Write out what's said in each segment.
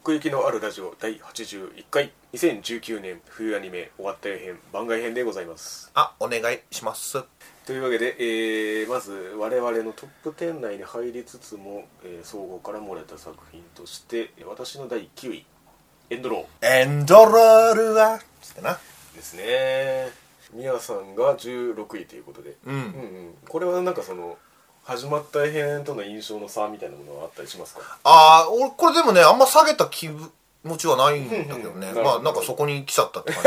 奥行きのあるラジオ第81回2019年冬アニメ終わったよ編番外編でございますあお願いしますというわけで、えーまず我々のトップ10内に入りつつも、えー総合から漏れた作品として私の第9位「エンドロー」エンドロールはつってなですねミヤさんが16位ということで、うんうんうんこれはなんかその始まった編との印象の差みたいなものはあったりしますかああ俺これでもねあんま下げた気持ちはないんだけどねうんうんまあなんかそこに来ちゃったって感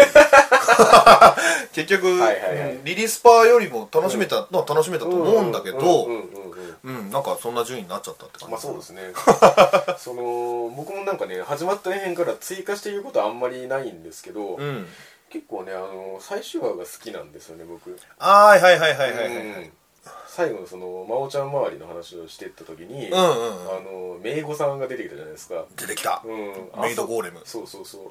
じ結局、はいはいはいうんリリースパーよりも楽しめたのは楽しめたと思うんだけどうんうんうんうんうんなんかそんな順位になっちゃったって感じまあそうですね その僕もなんかね始まった編から追加して言うことはあんまりないんですけど、うん結構ねあの最終話が好きなんですよね僕あーはいはいはいはいはいはいうん最後のその真央ちゃん周りの話をしてった時に、うんうんうんあのメイゴさんが出てきたじゃないですか、出てきたうん、メイドゴーレムあそそうそうそう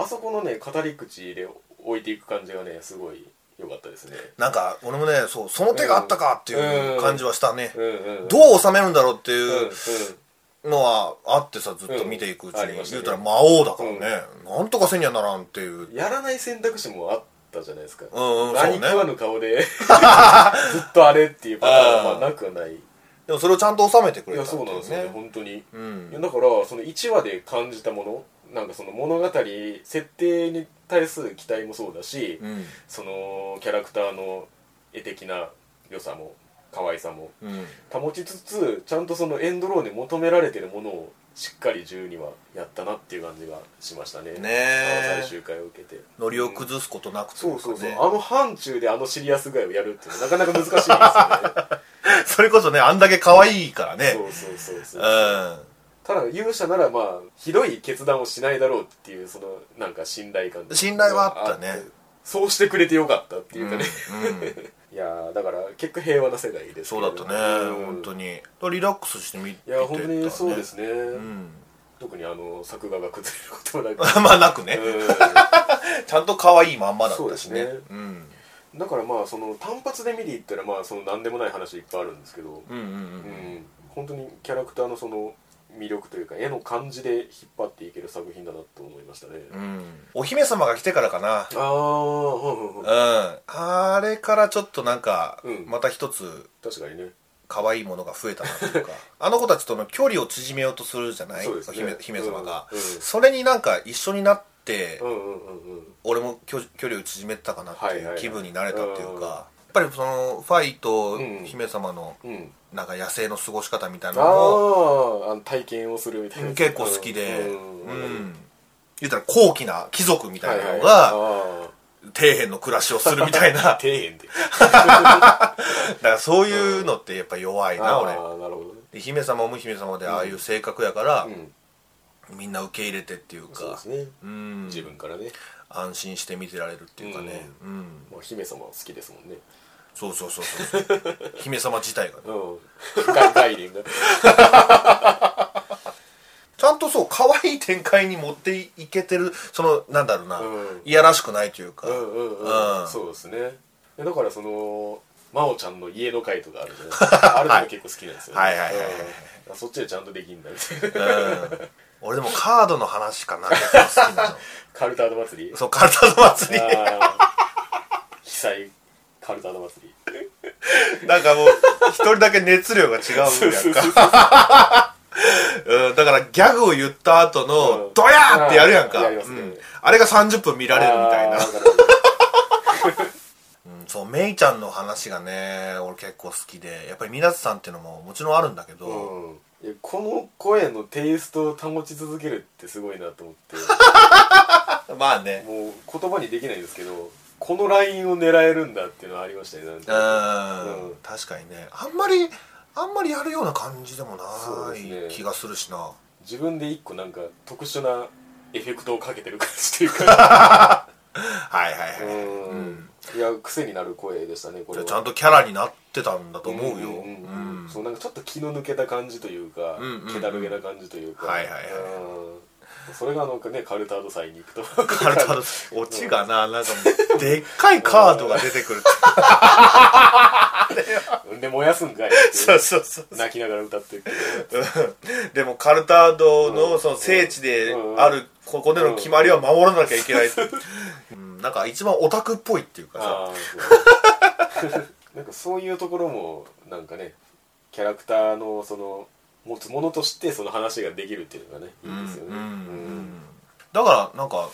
あそこのね語り口で置いていく感じがねすごい良かったですねなんか俺もねそうその手があったかっていう感じはしたねうんうんうどう収めるんだろうってうんういんうのはあってさずっと見ていくうちうんありに、ましたね言うたら魔王だからね、なんとかせんにはならんっていうやらない選択肢もあったじゃないですか、うんうん何そうね食わぬ顔 でずっとあれっていうパターンはまあなくはないいでもそれをちゃんと収めてくれたやってそういなんでうすよねね本当に、ういやんだからその1話で感じたものなんかその物語設定に対する期待もそうだし、うんそのキャラクターの絵的な良さも可愛さもうん保ちつつちゃんとそのエンドローで求められてるものをしっかり12話やったなっていう感じがしましたねねえあの最終回を受けてノリを崩すことなくといそううかそうそう、ね あの範疇であのシリアス具合をやるっていうのはなかなか難しいですよねそれこそねあんだけ可愛いからねそうそうそうそううんただ勇者ならまあひどい決断をしないだろうっていうそのなんか信頼感信頼はあったねがてそうしてくれてよかったっていうかね、うんうん いやーだから結構平和な世代ですそうけだれどったね、うん本当にだからリラックスして見見いてた、ね、や本当にそうですね、うん、 特にあの作画が崩れることもなくまあなくね、うちゃんと可愛いまんまだったしねそうですねうん、んだからまあその単発で見に行ったらまあその何でもない話いっぱいあるんですけど、うんうんうんうん本当にキャラクターのその魅力というか絵の感じで引っ張っていける作品だなと思いましたね、うあんお姫様が来てからかなあーうんうんうんうんあれからちょっとなんか、うんまた一つ確かにね可愛いものが増えたなというか あの子たちとの距離を縮めようとするじゃない、そうですね姫姫様が、うんうんそれになんか一緒になって、うんうんうんうん俺も距距離を縮めたかなってはいいはいはうい気分になれたっていうか、うんやっぱりそのファイとうん姫様のうんなんか野生の過ごし方みたいあなのもーあの体験をするみたいなやつ結構好きで、うんうんううんん言ったら高貴な貴族みたはいいなはいあのが底辺の暮らしをするみたいな ー底辺でだからそういうのってやっぱ弱いな、あ俺ーなるほどねで姫様も姫様でああいう性格やから、みんな受け入れてっていうそうでかすねうん自分からね、安心して見てられるっていうかね、うんまあ、姫様は好きですもんねそうそうそうそう 姫様自体がねうん が概念がちゃんとそう可愛い展開に持っていけてるそのなんだろうな、うんいやらしくないというか、うんうんうん、うんそうですねえだからその真央ちゃんの家の回とかあるじゃないですかあれとか結構好きなんですよねはいはいはいはいうんそっちでちゃんとできんだみたいなうん俺でもカードの話かな結構好きなカルタード 祭りのそうカルタの祭りあー被災カルタード祭りなんかもう一人だけ熱量が違うやんかうん、だからギャグを言った後うのんドヤーってやるやんうんか、やうりますねんあれが30分見られるみたいなあ、ーなるほどうん、そうメイちゃんの話がね俺結構好きでやっぱり湊さんっていうのももちろんあるんだけど、うんいやこの声のテイストを保ち続けるってすごいなと思ってまあねもう言葉にできないんですけどこのラインを狙えるんだっていうのはありましたねなんうかん、うん確かにねあんまりあんまりやるような感じでもそうなですねい気がするしな、自分で一個なんか特殊なエフェクトをかけてる感じというかはいはういはい、ん、うんいや癖になる声でしたねこれじゃあはちゃんとキャラになってたんだと思うよ、うんんんそうなんかちょっと気の抜けた感じというか、うんうんうん気だるげな感じというか、はいはいはいうんそれがなんかねカルタード祭に行くとカルタのオチがななんかもうでっかいカードが出てくるってだよ んで燃やすんかいってそうそうそう泣きながら歌ってるけどうんでもカルタードのその聖地であるここでの決まりは守らなきゃいけない、うん、なんか一番オタクっぽいっていうかさあーそうなんかそういうところもなんかねキャラクターのその持つものとしてその話ができるっていうのがねいいですよねうんうんだからなんか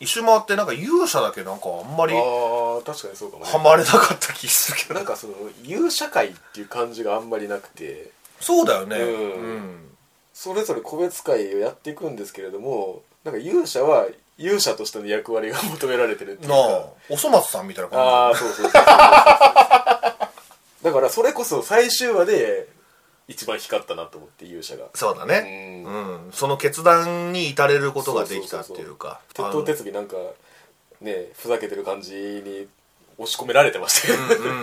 一周回ってなんか勇者だけなんかあんまりうんハああ確かにそうかもねマれなかった気するけどなんかその勇者会っていう感じがあんまりなくてそうだよねうんうんそれぞれ個別会をやっていくんですけれどもなんか勇者は勇者としての役割が求められてるっていうなかあおそ松さんみたいなあ感あそうそうそうそうだからそれこそ最終話で一番光ったなと思って勇者がじそうだねううんその決断に至れることができたっていうか鉄頭鉄尾なんかねふざけてる感じに押し込められてましたけど、あのうん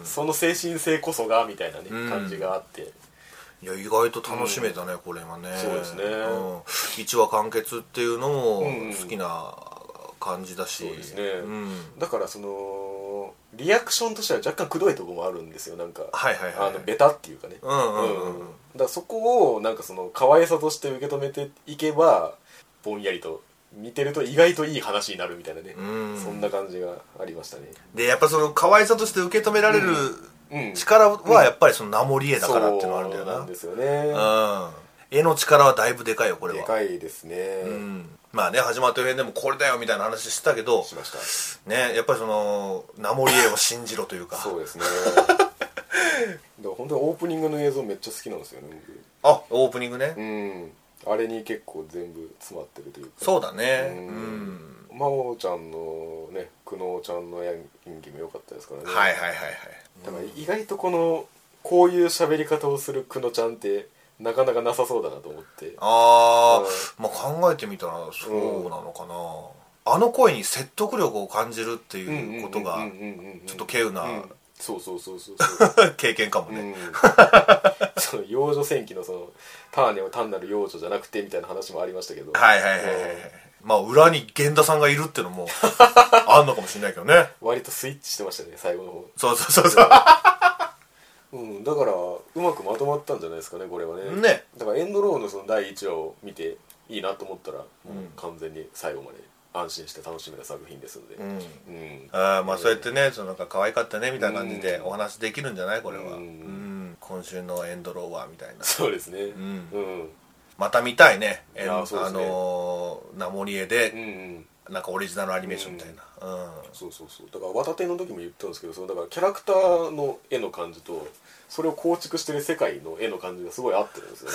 うんその精神性こそがみたいなね、うん感じがあっていや意外と楽しめたね、これはねそうですねん、1話完結っていうのもうん好きな感じだし、そうですねんだからそのリアクションとしては若干くどいところもあるんですよなんか、はいはいはいあのベタっていうかねうんうんうんだからそこをなんかその可愛さとして受け止めていけばぼんやりと見てると意外といい話になるみたいなね、うんそんな感じがありましたねでやっぱその可愛さとして受け止められるうん力はやっぱりその名盛り絵だからっていうのがあるんだよそうななんですよねうん、絵の力はだいぶでかいよこれではかいですね、うん、まあね始まった辺でもこれだよみたいな話してたけどしましたねやっぱりその名盛り絵を信じろというかそうですねだから本当にオープニングの映像めっちゃ好きなんですよねあオープニングね、僕うんあれに結構全部詰まってるというかそうだねうんうん真央ちゃんのね久能ちゃんの演技も良かったですからねはいはいはいはいだから意外とこのこういう喋り方をする久野ちゃんってなかなかなさそうだなと思ってあうんー、まあ考えてみたらそうなのかな、あの声に説得力を感じるっていうことがちょっと有稀有なそうそうそうそうそう、経験かもうね、 ん、その幼女戦記のそのターニャは単なる幼女じゃなくてみたいな話もありましたけどはいはいはいはいはいまあ裏に源田さんがいるっての もあんのかもしれないけどね割とスイッチしてましたね最後の方そうそうそうそううん、だからうまくまとまったんじゃないですかねこれはねねだからエンドロールのその第1話を見ていいなと思ったら、もう完全に最後まで安心して楽しめた作品ですので、うんうんあーまあそうやってねそのなんか可愛かったねみたいな感じでお話できるんじゃないこれはううんん今週のエンドローはみたいなそうですねうんうんまた見たいねえああーそうですねのー名盛り絵でうんなんかオリジナルアニメーションみたいなうんそうそうそうだから綿手の時も言ったんですけどそのだからキャラクターの絵の感じとそれを構築してる世界の絵の感じがすごい合ってるんですよね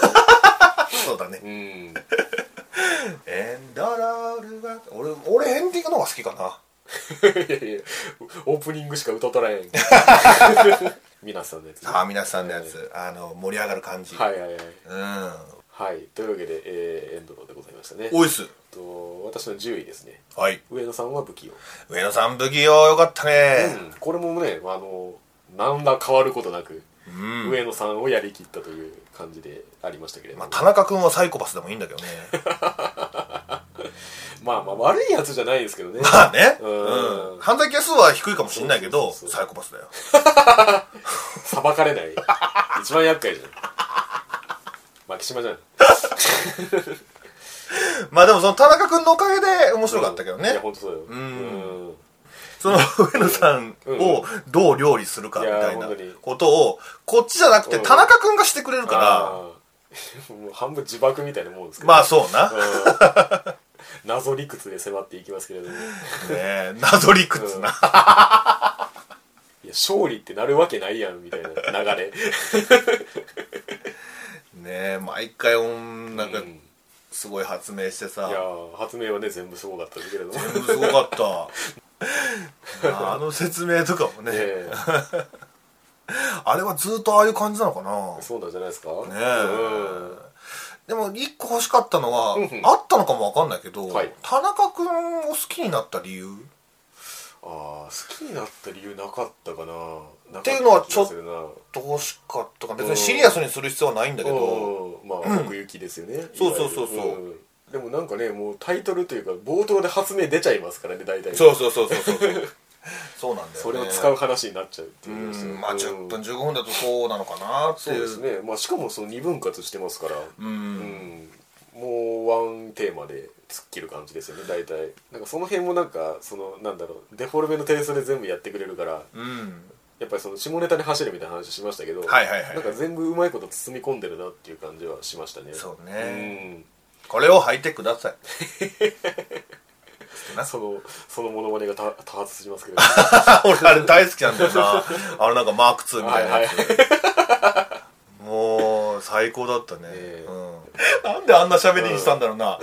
そうだねうん エンドロールが俺俺エンディングの方が好きかないやいやオープニングしか歌とら へん皆さんのやつねさあ皆さんのやつ、あの盛り上がる感じ、はいはいはいうんはいというわけで、えーエンドロールでございましたねおいっすえっと私の10位ですねはい上野さんは不器用、上野さん不器用よかったねうんこれもねあの何ら変わることなく、うん、上野さんをやりきったという感じでありましたけれどまも、あ、田中君はサイコパスでもいいんだけどね まあまあ悪いやつじゃないですけどねまあね、うんうん、犯罪件数は低いかもしれないけどそうそうそうそうサイコパスだよ裁かれない 一番厄介じゃん牧島じゃんまあでもその田中君のおかげで面白かったけどいやね本当そうよんうんその上野さんをどう料理するかみたいいやな本当にことをこっちじゃなくてうん田中君がしてくれるあかー もう半分自爆みたいなもんですけらどまあそ うなうん謎理屈で迫っていきますけれどもね謎理屈な、いや勝利ってなるわけないやんみたいな 流れねえ毎回うんなんかうんすごい発明してさいや、ー発明はね全部すごかったですけれども、 ね全部すごか ったあの説明とかもね、え、あれはずっとああいう感じなのかなそうなんじゃないですかねえでも一個欲しかったのは、んうんあったのかもわかんないけど、はい田中君を好きになった理由ああ好きになった理由なかったかななかったっていうのはちょっ気がとするなどう欲しかったかな別にシリアスにする必要はないんだけどうんまあ奥行きですよね、そうそうそうそういわゆるんでもなんかねもうタイトルというか冒頭で発明出ちゃいますからね大体 そうそうそうそうそうそうなんだよ、そね、れを使う話になっちゃうってういうですねんまあ10う分ん15分だとそうなのかなってそういでうすね、まあ、しかもその2分割してますから、ううんん、もうワンテーマで突っ切る感じですよね大体なんかその辺もなんかそのなんだろうデフォルメのテイストで全部やってくれるからうんやっぱりその下ネタに走るみたいな話しましたけど、はいはいはいなんか全部うまいこと包み込んでるなっていう感じはしましたねそううね、んこれを履いてくだ さいなそのそのモノマネがた多発しますけど俺あれ大好きなんだよなあのなんかマーク2みはたいいなは やいつ、もう最高だったね、ええうん、なんであんな喋りにしたんだろうな、う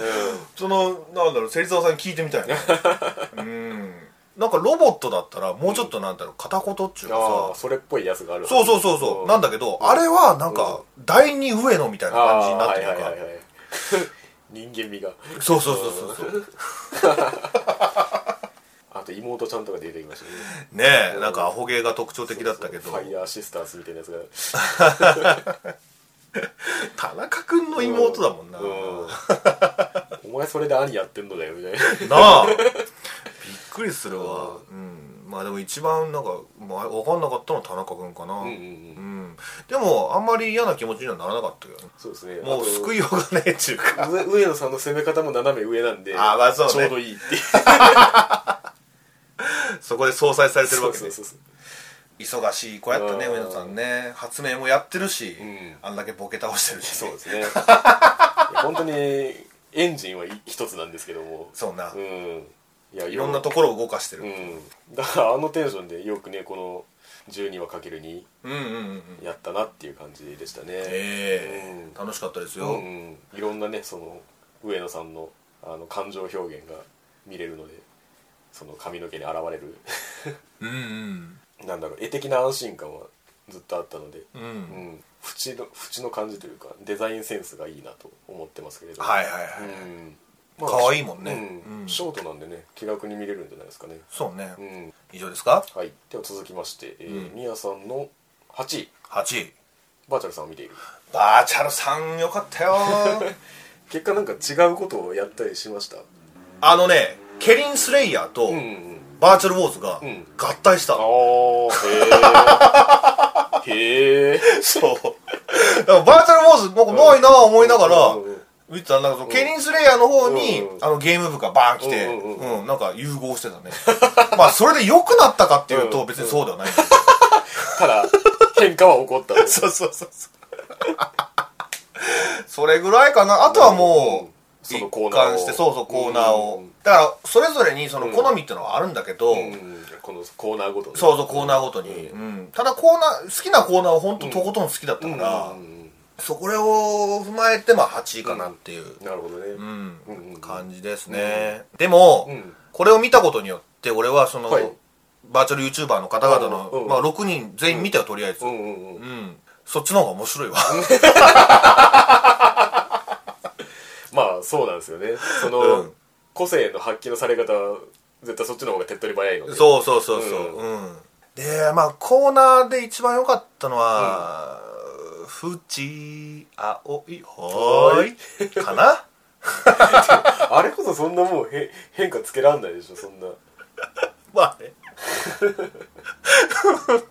そのなんだろう芹沢さんに聞いてみたいね うんなんかロボットだったらもうちょっとなんだろう片言っちゅうんかああさそれっぽいやつがあるそうそうそうそうなんだけどあれはなんか第二上野みたいな感じになってるああかはいらはいはいはい 人間味がそうそうそうそう そうあと妹ちゃんとか出てきま したねねえなんかアホゲーが特徴的だったけそどうそうファイヤーシスターズみたいなやつが田中君の妹だもんな、うんなお前それで兄やってんのだよみたいなあびっくりするわうん、まあでも一番なんか、まあ、分かんなかったのは田中君かなうんうんううんんでもあんまり嫌な気持ちにはならなかったよそうですねもうい救いようがねえっちゅうか上上野さんの攻め方も斜め上なんであーまあそうねちょうどいいっていうそこで総裁されてるわけ そうでそうそう忙しい子やったねうん上野さんね発明もやってるし、んあんだけボケ倒してるしそうですねいや本当にエンジンは一つなんですけどもそうな、うんいやいろんなところを動かしてる、うんだからあのテンションでよくねこの12はかける2うん、うんうんうんやったなっていう感じでしたねええうん楽しかったですよ、うんいろんなねその上野さんのあの感情表現が見れるのでその髪の毛に現れる うんうんなんだろう絵的な安心感はずっとあったので、うん、うん、縁の縁の感じというかデザインセンスがいいなと思ってますけれどもはいはいはうい、ん可愛いもんねうんうんショートなんでね気楽に見れるんじゃないですかね、そうね、うん以上ですかはい、では続きまして、えーうん宮さんの8位8位バーチャルさんを見ているバーチャルさんよかっ たよ結果なんか違うことをやったりしましたあのねケリン・スレイヤーとうんうんバーチャル・ウォーズがん合体した、ああへえへえそう。だからバーチャルモーズ、なんかないなぁ思いながらうんうん、見てたら、なんかそのケリンスレイヤーの方にうんう、んあのゲーム部がバーン来て、うんうんううん、なんか融合してたね。まあ、それで良くなったかっていううと、ん別にそうではない。ただ変化は起こったですそうそうそうそう。それぐらいかな。あとはもう、そ一のコーナーを貫して、そうそう、コーナーうをん。だから、それぞれにその好みってのはあるんだけど、うんうんこのコーナーごとにそうそう、コーナーごとに。うんただ、コーナー、好きなコーナーは本当とことん好きだったうんからう、んそこれを踏まえてまあ8位かなっていう、なるほどねうんうんうん感じですね、でも、うんこれを見たことによって俺はその、はいバーチャル YouTuber の方々の、うんうんまあ、6人全員見たよとりあえず、ううんんうんうんそっちの方が面白いわまあそうなんですよねそうの、ん個性の発揮のされ方は絶対そっちの方が手っ取り早いのでそうそうそうそうううん、でまあコーナーで一番良かったのは「富士青いほーい」かなあれこそそんなもうへ変化つけらんないでしょそんなまあね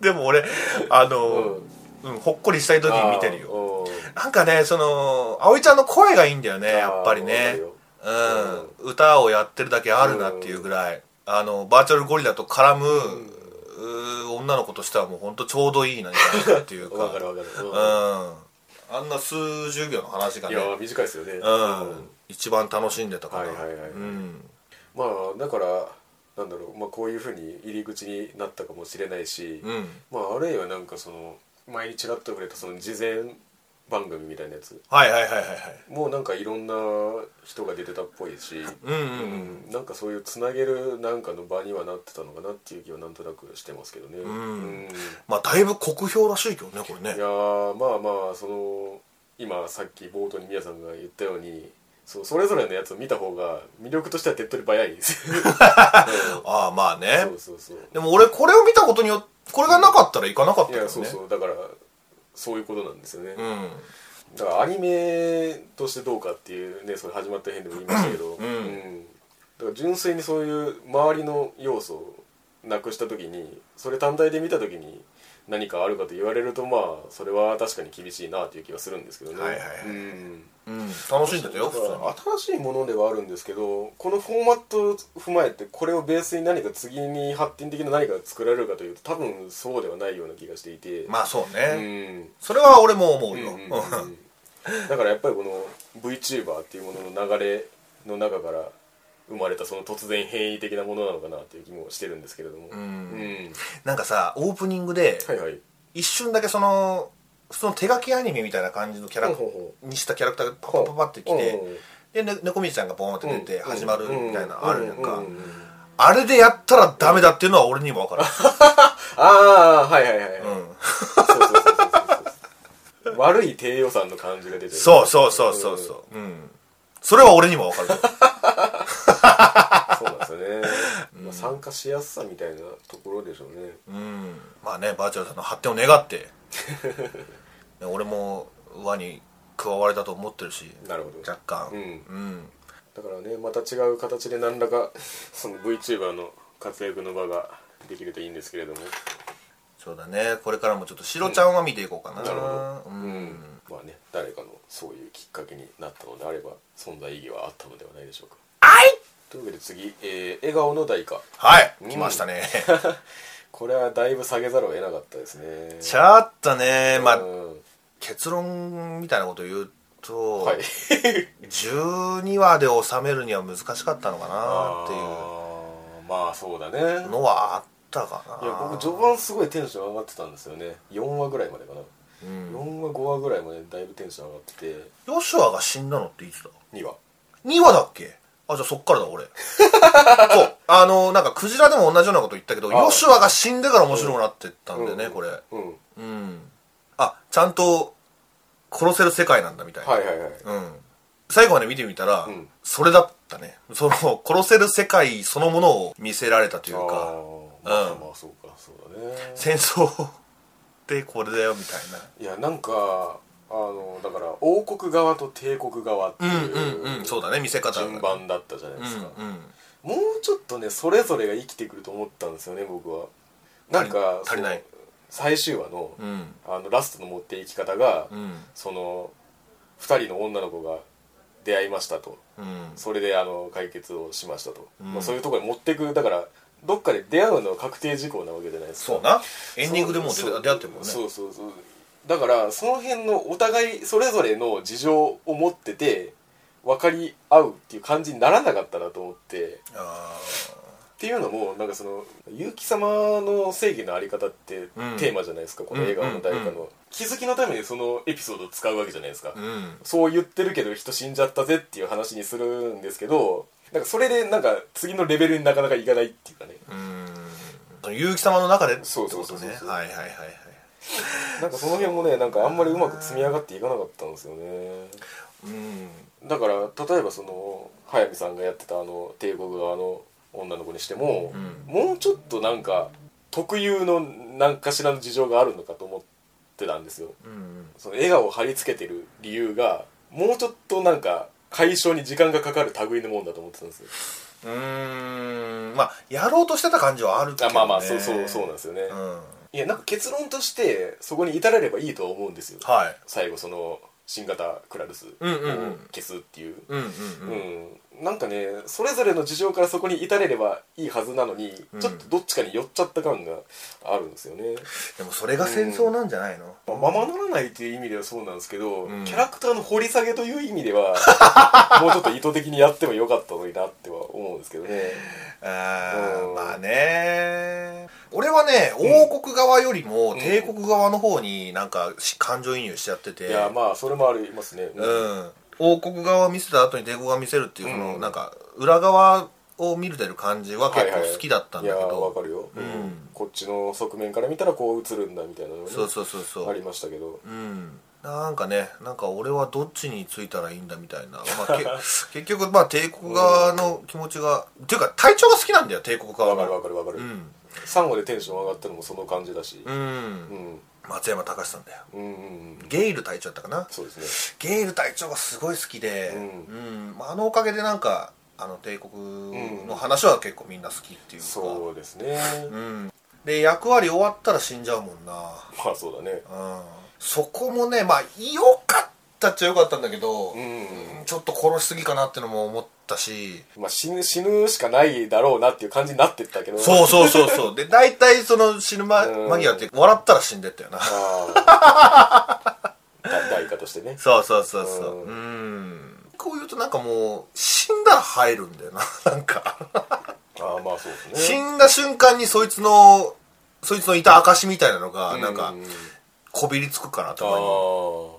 でも俺あの、うん、ほっこりしたい時に見てるよよなんかね、その、葵ちゃんの声がいいんだよね、ーやっぱりわかねる。ようん、歌をやってるだけあるなっていうぐらい、あの、バーチャルゴリラと絡む、うー女の子としてはもうほんとちょうどいいなっていう か。わかるわかるうん。うあんな数十秒の話がんいねや、ー短いですよねうん、一番楽しんでたかな。はいはいはいはいうん。まあだからなんだろう、まあ、こういうふうに入り口になったかもしれないし、うん。まああるいはなんかその前にちらっと触れたその事前番組みたいなやつはいはいはいはいはい。もうなんかいろんな人が出てたっぽいし、うんうんううん。んなんかそういうつなげるなんかの場にはなってたのかなっていう気はなんとなくしてますけどね、んいまあ、だいぶ酷評らしいけどね、これやね。ーまあまあその今さっき冒頭に宮さんが言ったようにそうそれぞれのやつを見た方が魅力としては手っ取り早いですよ、 ああ、まあねう。んそうそうそうでも俺これを見たことによってこれがなかったらいかなかったいよねやそうそうだからそういうことなんですよね、うんだからアニメとしてどうかっていうねそれ始まった編でも言いましたけど、んだから純粋にそういう周りの要素なくした時にそれ単体で見た時に何かあるかと言われるとまあそれは確かに厳しいなという気はするんですけどね。はいはいはいうんうん、楽しんでたよ普通に新しいものではあるんですけどこのフォーマットを踏まえてこれをベースに何か次に発展的な何かが作られるかというと多分そうではないような気がしていて、まあそううね、んそれは俺も思うよ、うんうんうんだからやっぱりこの VTuber っていうものの流れの中から生まれたその突然変異的なものなのかなという気もしてるんですけれども、うんうんなんかさオープニングではいはい一瞬だけその普通の手書きアニメみたいな感じのキャラほうほうほにしたキャラクターがパパパパってきて、でね猫道ちゃんがボーンってうん出て始まるみたいなのあるやんか、ううううんあれでやったらダメだっていうのは俺に も分かる、ああはいはいはいはい、うん、そうそうそうそうそうそう悪い低予算の感じが出てるそうそうそうそうそううんそれは俺にも分かるそうなんですよね、まあ、参加しやすさみたいなところでしょうねうんまあねバーチャルさんの発展を願って ね俺も輪に加われたと思ってるしなるほど若干うんうんだからねまた違う形で何らかその VTuber の活躍の場ができるといいんですけれどもそうだねこれからもちょっとシロちゃんは見ていこうかな、なるほうんまあね誰かのそういうきっかけになったのであれば存在意義はあったのではないでしょうかというわけで次、えー笑顔の代価はいうん来まし たねこれはだいぶ下げざるを得なかったですねちゃっとねまあうん結論みたいなこと言うと、はい12話で収めるには難しかったのかなっていあーまあそうだねうのはあったかないや僕序盤すごいテンション上がってたんですよね4話ぐらいまでかな、うん4話5話ぐらいまでだいぶテンション上がっててヨシュアが死んだのっていつだ2話2話だっけあじゃあそっから だ俺そうあのなんかクジラでも同じようなこと言ったけどあヨシュアが死んでから面白くなってったんだよね、うんこれうんうんあちゃんと殺せる世界なんだみたいな、はいはいはいうん最後まで見てみたら、うんそれだったねその殺せる世界そのものを見せられたといあうーかまあうんまあそうかそうだね戦争ってこれだよみたいないやなんかあのだから王国側と帝国側っていう,、うんうんうんそうだね見せ方が順番だったじゃないですか、うんうんもうちょっとねそれぞれが生きてくると思ったんですよね僕はなんか足りないその最終話の,、うんあのラストの持っていき方が、うんその2人の女の子が出会いましたとうんそれであの解決をしましたと、んまあ、そういうところに持ってくだからどっかで出会うのは確定事項なわけじゃないですかそうなエンディングでもう出そうそう出会ってるもんねそうそうそうだからその辺のお互いそれぞれの事情を持ってて分かり合うっていう感じにならなかったなと思ってあっていうのもなんかその結城様の正義のあり方ってうんテーマじゃないですか、この映画の誰かの、うんうん気づきのためにそのエピソードを使うわけじゃないですか、ーうんそう言ってるけど人死んじゃったぜっていう話にするんですけどなんかそれでなんか次のレベルになかなかいかないっていうかねうんその結城様の中でってそうことそうねそうそうはいはいはいはいなんかその辺もねなんかあんまりうまく積み上がっていかなかったんですよねうんだから例えばその速水さんがやってたあの帝国側の女の子にしても、うもうちょっとなんか特有の何かしらの事情があるのかと思ってたんですようんその笑顔を貼り付けてる理由がもうちょっとなんか解消に時間がかかる類のもんだと思ってたんですようーんまあやろうとしてた感じはあるけど、あね、まあまあそうそうそうなんですよね、うんいやなんか結論としてそこに至らればいいとは思うんですよ、はい最後その新型クラルスをうんうんうん消すっていううんうんううん、んなんかねそれぞれの事情からそこに至れればいいはずなのに、うんちょっとどっちかに寄っちゃった感があるんですよね、でもそれが戦争なんじゃないの、まままならないという意味ではそうなんですけど、うんキャラクターの掘り下げという意味で はもうちょっと意図的にやってもよかったのになっては思うんですけどねあーうんまあね俺はね王国側よりも帝国側の方になんかし感情移入しちゃってて、いやまあそれもありますねううん、王国側を見せた後に帝国側を見せるっていうその、うんなんか裏側を見るてる感じは結構好きだったんだけいやわど、かるよ、んこっちの側面から見たらこう映るんだみたいなのがねそうそうそうそあうりましたけどうんなんかねなんか俺はどっちについたらいいんだみたいな、まあ、け 結局まあ帝国側の気持ちが、っていうか体調が好きなんだよ帝国側わがかるわかるわかる、うん、 3話でテンション上がったのもその感じだし、うんうん、松山隆さんだようんうんうんゲイル隊長だったかなそうですねゲイル隊長がすごい好きで、ううんまあ、あのおかげでなんかあの帝国の話は結構みんな好きっていうか、そうですねうん、で役割終わったら死んじゃうもんな、まあそうだねうん、そこもねまあ良かったっちゃ良かったんだけど、んうんちょっと殺しすぎかなってのも思ったしまあ死ぬ死ぬしかないだろうなっていう感じになってったけどそうそうそう そうで大体その死ぬ間うん間際って笑ったら死んでったよなあ あだ代価としてねそうそうそうそうううんこう言うとなんかもう死んだら入るんだよな なんかああまあそうです死ねんだ瞬間にそいつのそいつのいた証みたいなのがなんかうこびりつくかあら頭に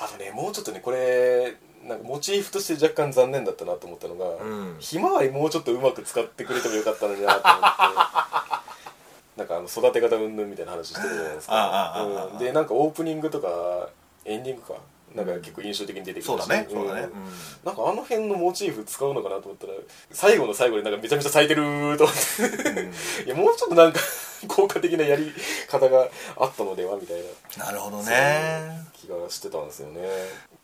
ああとねもうちょっとねこれなんかモチーフとして若干残念だったなと思ったのが、うんひまわりもうちょっとうまく使ってくれてもよかったのになと思ってなんかあの育て方云々みたいな話してるじゃないですああああああか、うんでなんかオープニングとかエンディングかなんか結構印象的に出てくそうるだしねそうだね、うんんなんかあの辺のモチーフ使うのかなと思ったら最後の最後でなんかめちゃめちゃ咲いてるーと思って、 いやもうちょっとなんか 効果的なやり方があったのではみたいななるほどそうね気がしてたんですよね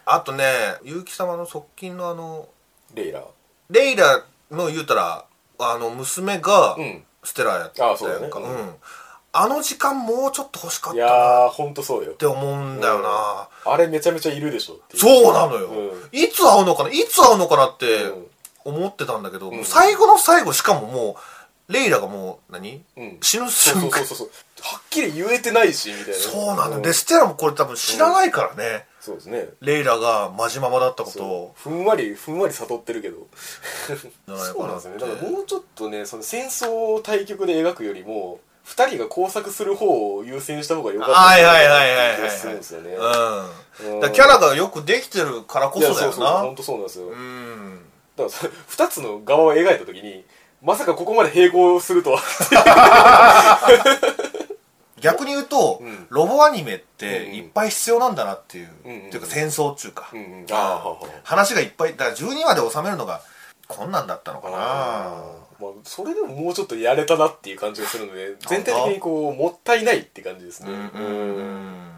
あとね結城様の側近のあのレイラレイラの言うたらあの娘がうんステラやったやんか、あそうだねうんあの時間もうちょっと欲しかっいたなっやーほんとそうよて思うんだよな、あれめちゃめちゃいるでしょっていそうなのよ、うんいつ会うのかないつ会うのかなってうん思ってたんだけど、うん最後の最後しかももうレイラがもう何、うん死ぬそうそ瞬うそ間うそうはっきり言えてないしみたいなそうなのよ、んでステラもこれ多分知らないからね、そうですねレイラがマジママだったことそをうふんわりふんわり悟ってるけどじゃないかなってそうなんですよねだからもうちょっとねその戦争を対局で描くよりも2人が工作する方を優先した方が良かったはいはいはいはいはい気がするんですよねうん、だからキャラがよくできてるからこいやそだよそうそうな本当そうなんですよ、だうんからそ2つの側を描いた時にまさかここまで並行するとは逆に言うと、うんロボアニメっうてんうんいっぱい必要なんだなっていう、うんうんうんっていうか戦争中か、うんうんあーはーはー話がいっぱいだから12話で収めるのがこんなんだったのかなまあ、それでももうちょっとやれたなっていう感じがするので全体的にこうもったいないって感じですねうんうんう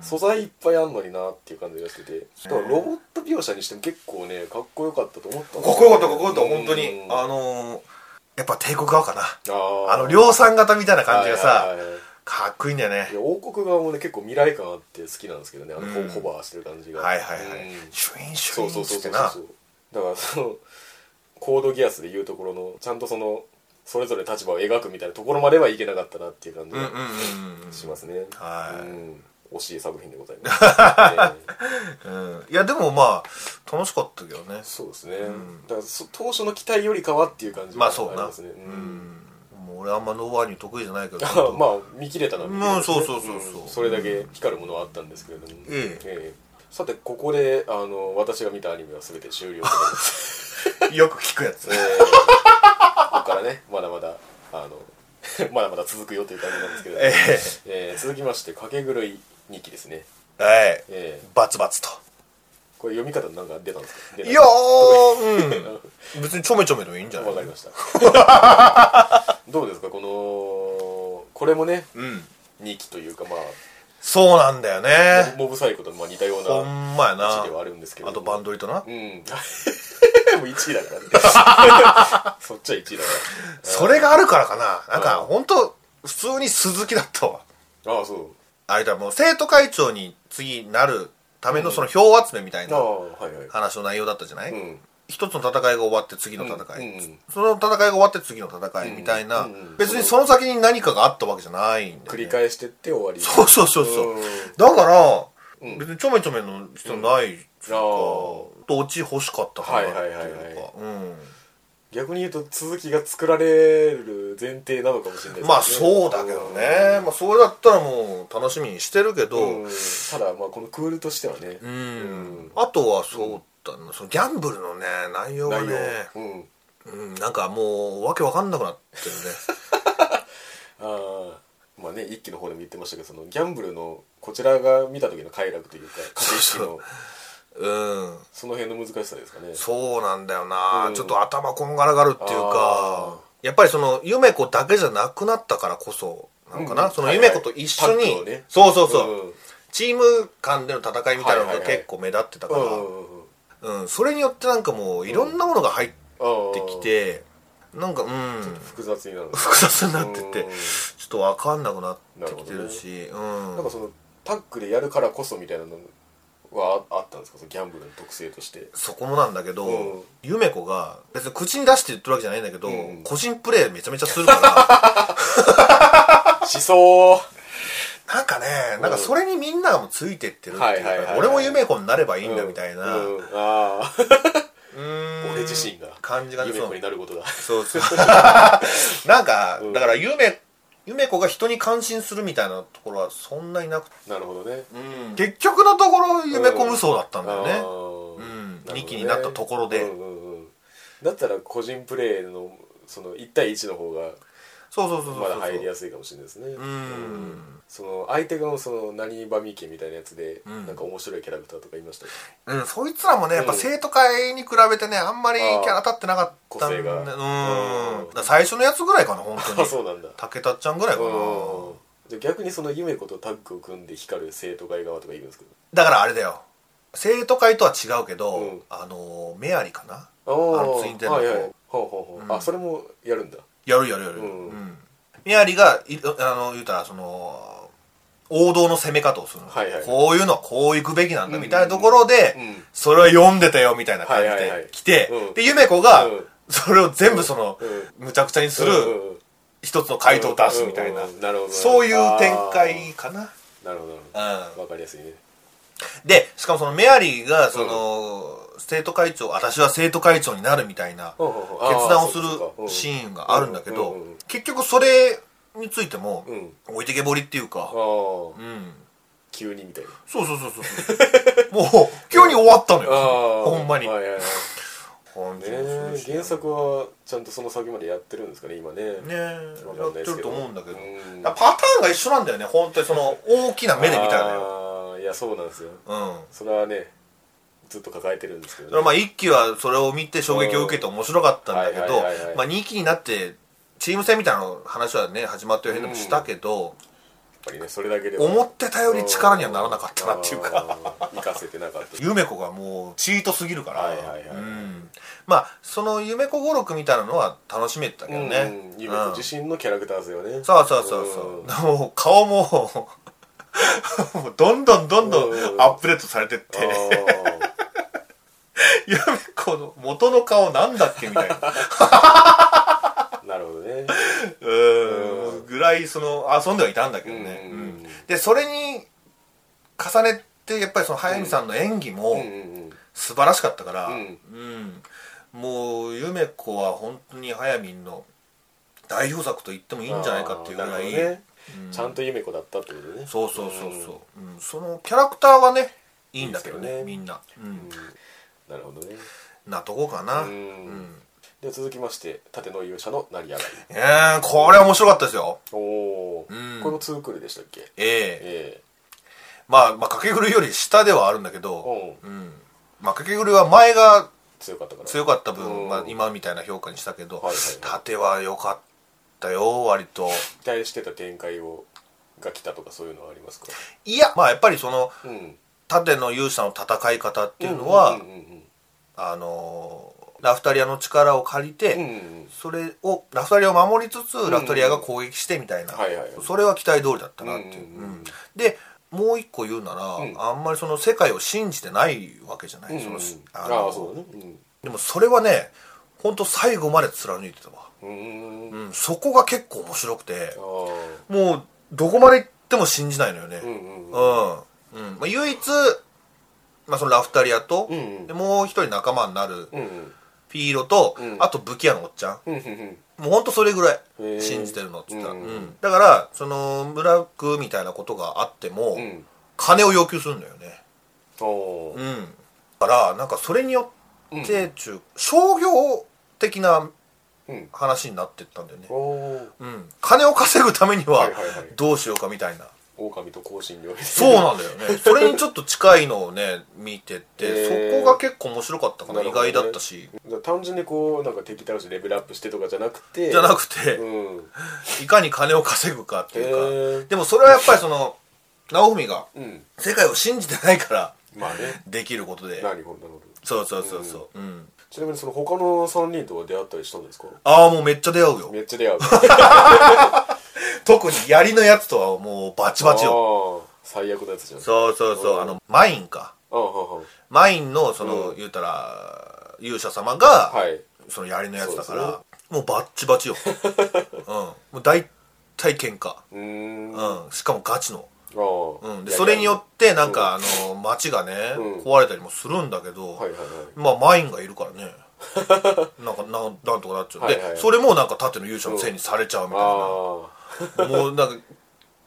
ん素材いっぱいあんのになっていう感じがしててしかもロボット描写にしても結構ねかっこよかったと思ったかっこよかったかっこよかった本当に、うんあのーやっぱ帝国側かなああの量産型みたいな感じがさ、はいはいはいかっこいいんだよねいや王国側もね結構未来感あって好きなんですけどねあのホ,、うんホバーしてる感じがはいはいはい、うんシュインシュそうイそンうそうしそてうなそうだからそのコードギアスでいうところのちゃんとそのそれぞれ立場を描くみたいなところまではいけなかったなっていう感じうんうんがうんうんしますね、はいうん惜しい作品でございます、ねうんいやでもまあ楽しかったけどね そうですね、んだからそ当初の期待よりかはっていう感じまがあそうなりますね、うんもう俺あんまノーアニメ得意じゃないけど まあ見切れたなうんそうそうそうそうそれだけ光るものはあったんですけれども、えええさてここであの私が見たアニメは全て終了でございますよく聞くやつえーここからねまだまだあの まだまだ続くよという感じなんですけれども、ええー続きまして「かけ狂い2期」ですね、えはいえーバツバツとこれ読み方なんか出たんですか出ないやー、うん、別にちょめちょめでもいいんじゃないわかりました どうですかこのこれもねうん2期というかまあそうなんだよねモブサイコとまあ似たようなほんまや位な置ではあるんですけれあどともバンドリとなうんも う1位だからね そっちは1位だかそれがあるからかななんかうん本当普通に鈴木だったわらああそうあれだもう生徒会長に次なるためのその票集めみたいああなはいはい話の内容だったじゃない、うん一つの戦いが終わって次の戦い、うんうんその戦いが終わって次の戦いみたいうな、んうん別にその先に何かがあったわけじゃないんで、繰り返してって終わりそうそうそうそううんだから、うん別にちょめちょめの必要ないしか、あどっと落ち欲しかったかなっていうか、はいはいはいはいうん逆に言うと続きが作られる前提なのかもしれないですねまあそうだけどね、まあ、それだったらもう楽しみにしてるけど、うんただまあこのクールとしてはねうんあとはそうだなそのギャンブルのね内容が内ね容うんうん、なんかもうわけわかんなくなってるねああまあね一期の方でも言ってましたけどそのギャンブルのこちらが見た時の快楽というか 駆け引きの うんその辺の難しさですかねそうなんだよな、うんちょっと頭こんがらがるっていうあかやっぱりその夢子だけじゃなくなったからこそなんかな、うんその夢子と一緒に、はいはいパッとねそうそうそう、んチーム間での戦いみたいなのはいはがいはい結構目立ってたかうら、んうんうんうんそれによってなんかもういろんなものが入ってああききてなんかうん複雑になる複雑になっててうんちょっと分かんなくなってきてるしうんなんかそのタッグでやるからこそみたいなのはああったんですかそのギャンブルの特性としてそこもなんだけうんど、ゆめこが、別に口に出して言ってるわけじゃないんだけど、うん個人プレーめちゃめちゃするか思想ら、なんかね、なんかそれにみんながもうついてってるってはいいうはいはいはか、い俺もゆめこになればいいんだみたいな、うんうんああ俺俺自身が感じがね、夢そ子うになることだそう そうなんか、うんだからゆめ、ゆめこが人に感心するみたいなところはそんなになくて、なるほどね結局のところゆめこ無双だったんだよね。ううん二期になったところでうんうんうん、だったら個人プレーのその1対1の方がそうそうそうそう。まだ入りやすいかもしれないですねうんその相手側のその何バミ家みたいなやつで、うんなんか面白いキャラクターとかいましたかうん、そいつらもね、やっぱうん生徒会に比べてね、あんまりキャラ立ってなかったんあだー個性がうん。だうんから最初のやつぐらいかな、本当あ に。そうなんだ竹田ちゃんぐらいかな。うんじゃあ逆にその夢子とタッグを組んで光る生徒会側とかいるんですけどだからあれだよ。生徒会とは違うけど、うんあのー、メアリかなあああのツインテールのは子いはいほうほうほう、うんあそれもやるんだやるやるやる。うんうんメアリが、いあの、言うたら、その、王道の攻め方をするの。はいはいこういうのはこういくべきなんだ、うんみたいなところで、うんそれは読んでたよ、みたいな感じはいはいはいで来て、うんで、ゆめこが、うんそれを全部その、うむちゃくちゃにする、うんうん一つの回答を出すみたいな、うんうんうんなるほどそういう展開かななるほどなるほどわかりやすいねでしかもそのメアリーがその、生徒会長私は生徒会長になるみたいなうんうん決うんあー断をすそうかそうかうるんシーンがあるんだけど、うんうんうん結局それについても、うん置いてけぼりっていうかあ、あうん、急にみたいなそうそうそうそうもう急に終わったのよほんまに、はいはいはい感ねじもえするし原作はちゃんとその先までやってるんですかね今ねねわやかっんなていでするけとど思うんだけど、うんだからパターンが一緒なんだよね本当にその大きな目で見たらよ、ああいやそうなんですようん、それはねずっと抱えてるんですけそれどはまねあ1期はそれを見て衝撃を受けて面白かったんだけうんどはいはいはいはいまあ2期になってチーム戦みたいな話はね始まったようでもしたけど、やっぱりねそれだけで思ってたより力にはならなかったなっていうかか生かせてなかったゆめ子がもうチートすぎるから、はいはいはいうんまあそのゆめ子語録みたいなのは楽しめてたけどね、うん、ゆめ子自身のキャラクターですよね、そうそうそうそう、もう顔も もうどんどんどんどうんんアップデートされてって、あゆめ子の元の顔なんだっけみたいな ーなるほどねうんぐらいその遊んではいたんだけどね、うんうんでそれに重ねてやっぱりその速水さんの演技うんもうん素晴らしかったから、うんうんもう夢子は本当に速水の代表作と言ってもいいんじゃないかっていうぐあらーい、なるほどねちゃんとゆめ子だったってことねそうそうそうそう、うんそのキャラクターはねいいんだけどいいですねよねみんな、うんうんなるほどねなとこかな、ううんんでは続きまして盾の勇者の成り上がりえー、これは面白かったですよおおー、うんこれもツークールでしたっけえええまあ、まあ、かけぐるより下ではあるんだけえど、うんうん。まあ、かけぐるは前が強かったから強かったうん分、まあ、今みたいな評価にしたけどはいはいはい、縦は良かったよ、割と。期待してた展開をが来たとかそういうのはありますかいや、まあ、やっぱりその、うん縦の勇者の戦い方っていうのはうんう、んあのー、ラフタリアの力を借りうんうんて、うんうんそれを、ラフタリアを守りつつ、んラフタリアが攻撃してみたいなはいはいはい。それは期待通りだったなっていううんうんうんうん。で、もう一個言うなうんら、あんまりその世界を信じてないわけじゃなうんい。うそんうのん、ああのあそうだねでもそれはねほんと最後まで貫いてたわ、うんうーんうん、そこが結構面白くてああもうどこまで行っても信じないのよねうんうんうん、うんまあ、唯一、まあ、そのラフタリアと、うんうんでもう一人仲間になるうんうんピーロと、んあと武器屋のおっちゃんうんうんもうほんとそれぐらへーい信じてるのっつったら、うんうんだからその村区みたいなことがあっても、うんうん金を要求するんだよねおーうんだからなんかそれによって中、商業的なうん話になってったんだよね、おーうん、金を稼ぐためにははいはいはいどうしようかみたいな、狼と香辛料そうなんだよね それにちょっと近いのをね見てて、へーそこが結構面白かったかななる意ほどね外だったしだから単純にこうなんか敵倒してレベルアップしてとかじゃなくてじゃなくて、うんいかに金を稼ぐかってへいうかえでもそれはやっぱりその直文がうん世界を信じてないからまあねできることでなるほどなるほどそうそうそうそう、うんちなみにその他の3人とは出会ったりしたんですかああもうめっちゃ出会うよめっちゃ出 会う特に槍のやつとはもうバチバチよよ最悪のやつじゃんそうそうそううんあのマインかうんうんうんマインのその、言うたら勇者様が、はいその槍のやつだからそうもうバッチ バチよ、うん、もう大体喧嘩うーんあうんしかもガチのあうん、いでやそれによってなんかあの街がね、うん壊れたりもするんだけど、はいはいはいまあマインがいるから ねなんかなんなんとかなっちゃう、はいはいはいでそれもなんか盾の勇者のせいにされちゃうみたああいなもうなんか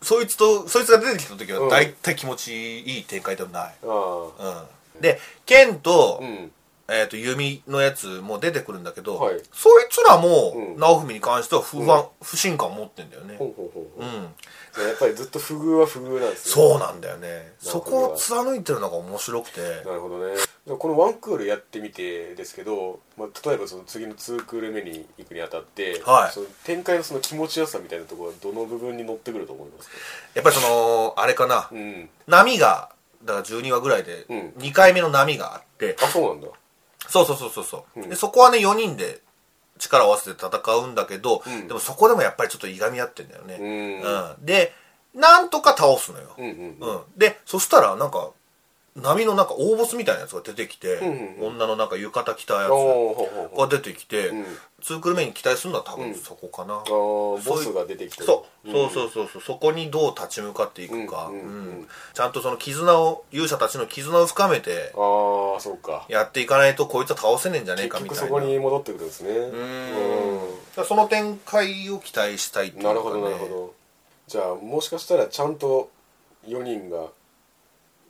そいつとそいつが出てきた時うはん大体気持ちいい展開ではない、ああうん、で剣と,、うんえー、と弓のやつも出てくるんだけど、はいそいつらも、うん直文に関しては不安、不信感を持ってんだよねほうほうほううほんうやっぱりずっと不遇は不遇なんですねそうなんだよねなるそほどこを貫いてるのが面白くてなるほどねじゃあこのワンクールやってみてですけど、まあ、例えばその次の2クール目に行くにあたって、はいその展開のその気持ちよさみたいなところはどの部分に乗ってくると思いますかやっぱりそのあれかな、うん波がだから12話ぐらいでうん2回目の波があって、あそうなんだそうそうそうそうそう、うんでそこはね4人で力を合わせて戦うんだけど、うんでもそこでもやっぱりちょっといがみ合ってんだよね、うんうんでなんとか倒すのよ、うんうんうんでそしたらなんか波のなんか大ボスみたいなやつが出てきんて、うんうん女のなんか浴衣着たやあつーほうほうほうが出てきて、うんツークルメに期待するのは多う分んそこかな、あーボスが出てきてそうそううそうそうそうそこにどう立ち向かっていくか、ううんんうんうんちゃんとその絆を勇者たちの絆を深めてんああそうかやっていかないとこいつは倒せねえんじゃねえ結かみ局たそいこなに戻ってくるんですねううんだからその展開を期待したいっていうかなるほどなるほどじゃあもしかしたらちゃんと4人が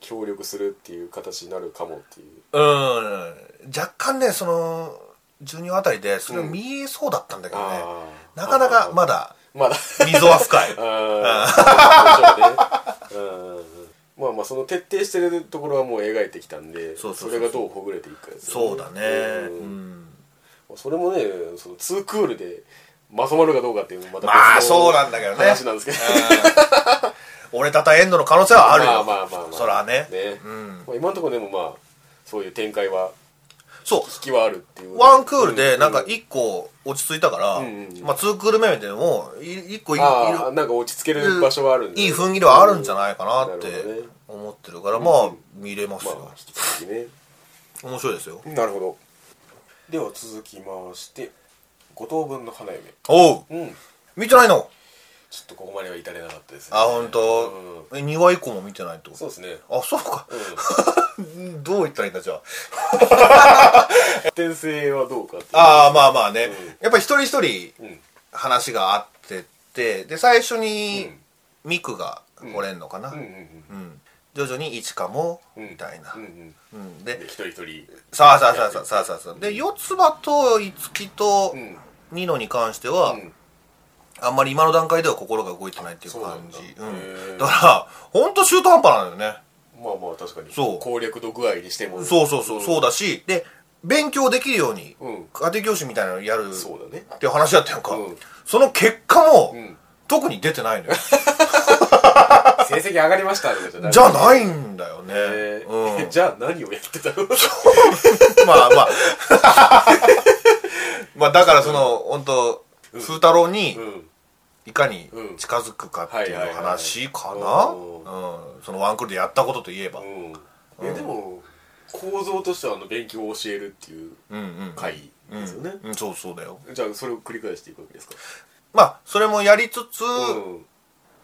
協力するっていう形になるかもっていううん若干ねその12話あたりでそれを見えそうだったんだけどね、あーなかなかまだまだ溝は 深いあーそうでしょうねうんまあまあその徹底してるところはもう描いてきたんでそうそうそうそうれがどうほぐれていくかですよそうだねううんんそれもねその2クールでまとまるかどうかっていうのもまた別のまあそうなんだけどね話なんですけど俺たたエンドの可能性はあるよ、ま あまあまあまあそらねうんまあ、今のところでもまあそういう展開はそう引きはあるっていうワンクールでなんか1個落ち着いたから、うんうんまあ、2クール目でも1個いいああなんか落ち着ける場所はあるんでいい雰囲気ではあるんじゃないかなってなるほどね思ってるから、まあ見れますまよあ、引き続きね面白いですよなるほどでは続きまして五等分の花嫁おううん見てないのちょっとここまでは至れなかったですねあ本当うん、え2話以降も見てないってことそうですねあそうかどう言ったらいいんだじゃあ転生はどうかっていうああまあまあね、うんやっぱり一人一人うん話があってってで最初うにんミクが来れんのかな、ううんうんん徐々にイチカもうんみたいな、うんうんうん、でで一人一人さあさあさあさあさあさあさあで四つ葉と五木とうんニノに関しては、うんあんまり今の段階では心が動いてないっていう感じそうなんだへうーん、だから本当中途半端なんだよね、まあまあ確かにそう攻略度具合にしてもそうそうそう、んそうだしで勉強できるように、うん家庭教師みたいなのやるそうっだねていう話だったやんか、うんその結果も、ん特に出てないの よ成績上がりましたとかじゃないじゃないんだよね、えうー んじゃあ何をやってたのまあまあ まあだからその、本当風太郎に、うんいかにうん近づくかっていう話かはいはいなうんそのワンクールでやったことといえば、ううんんえでも構造としてはあの勉強を教えるっていううん回ですよね、うん、そうそうだよじゃあそれを繰り返していくわけですかまあそれもやりつつ、うん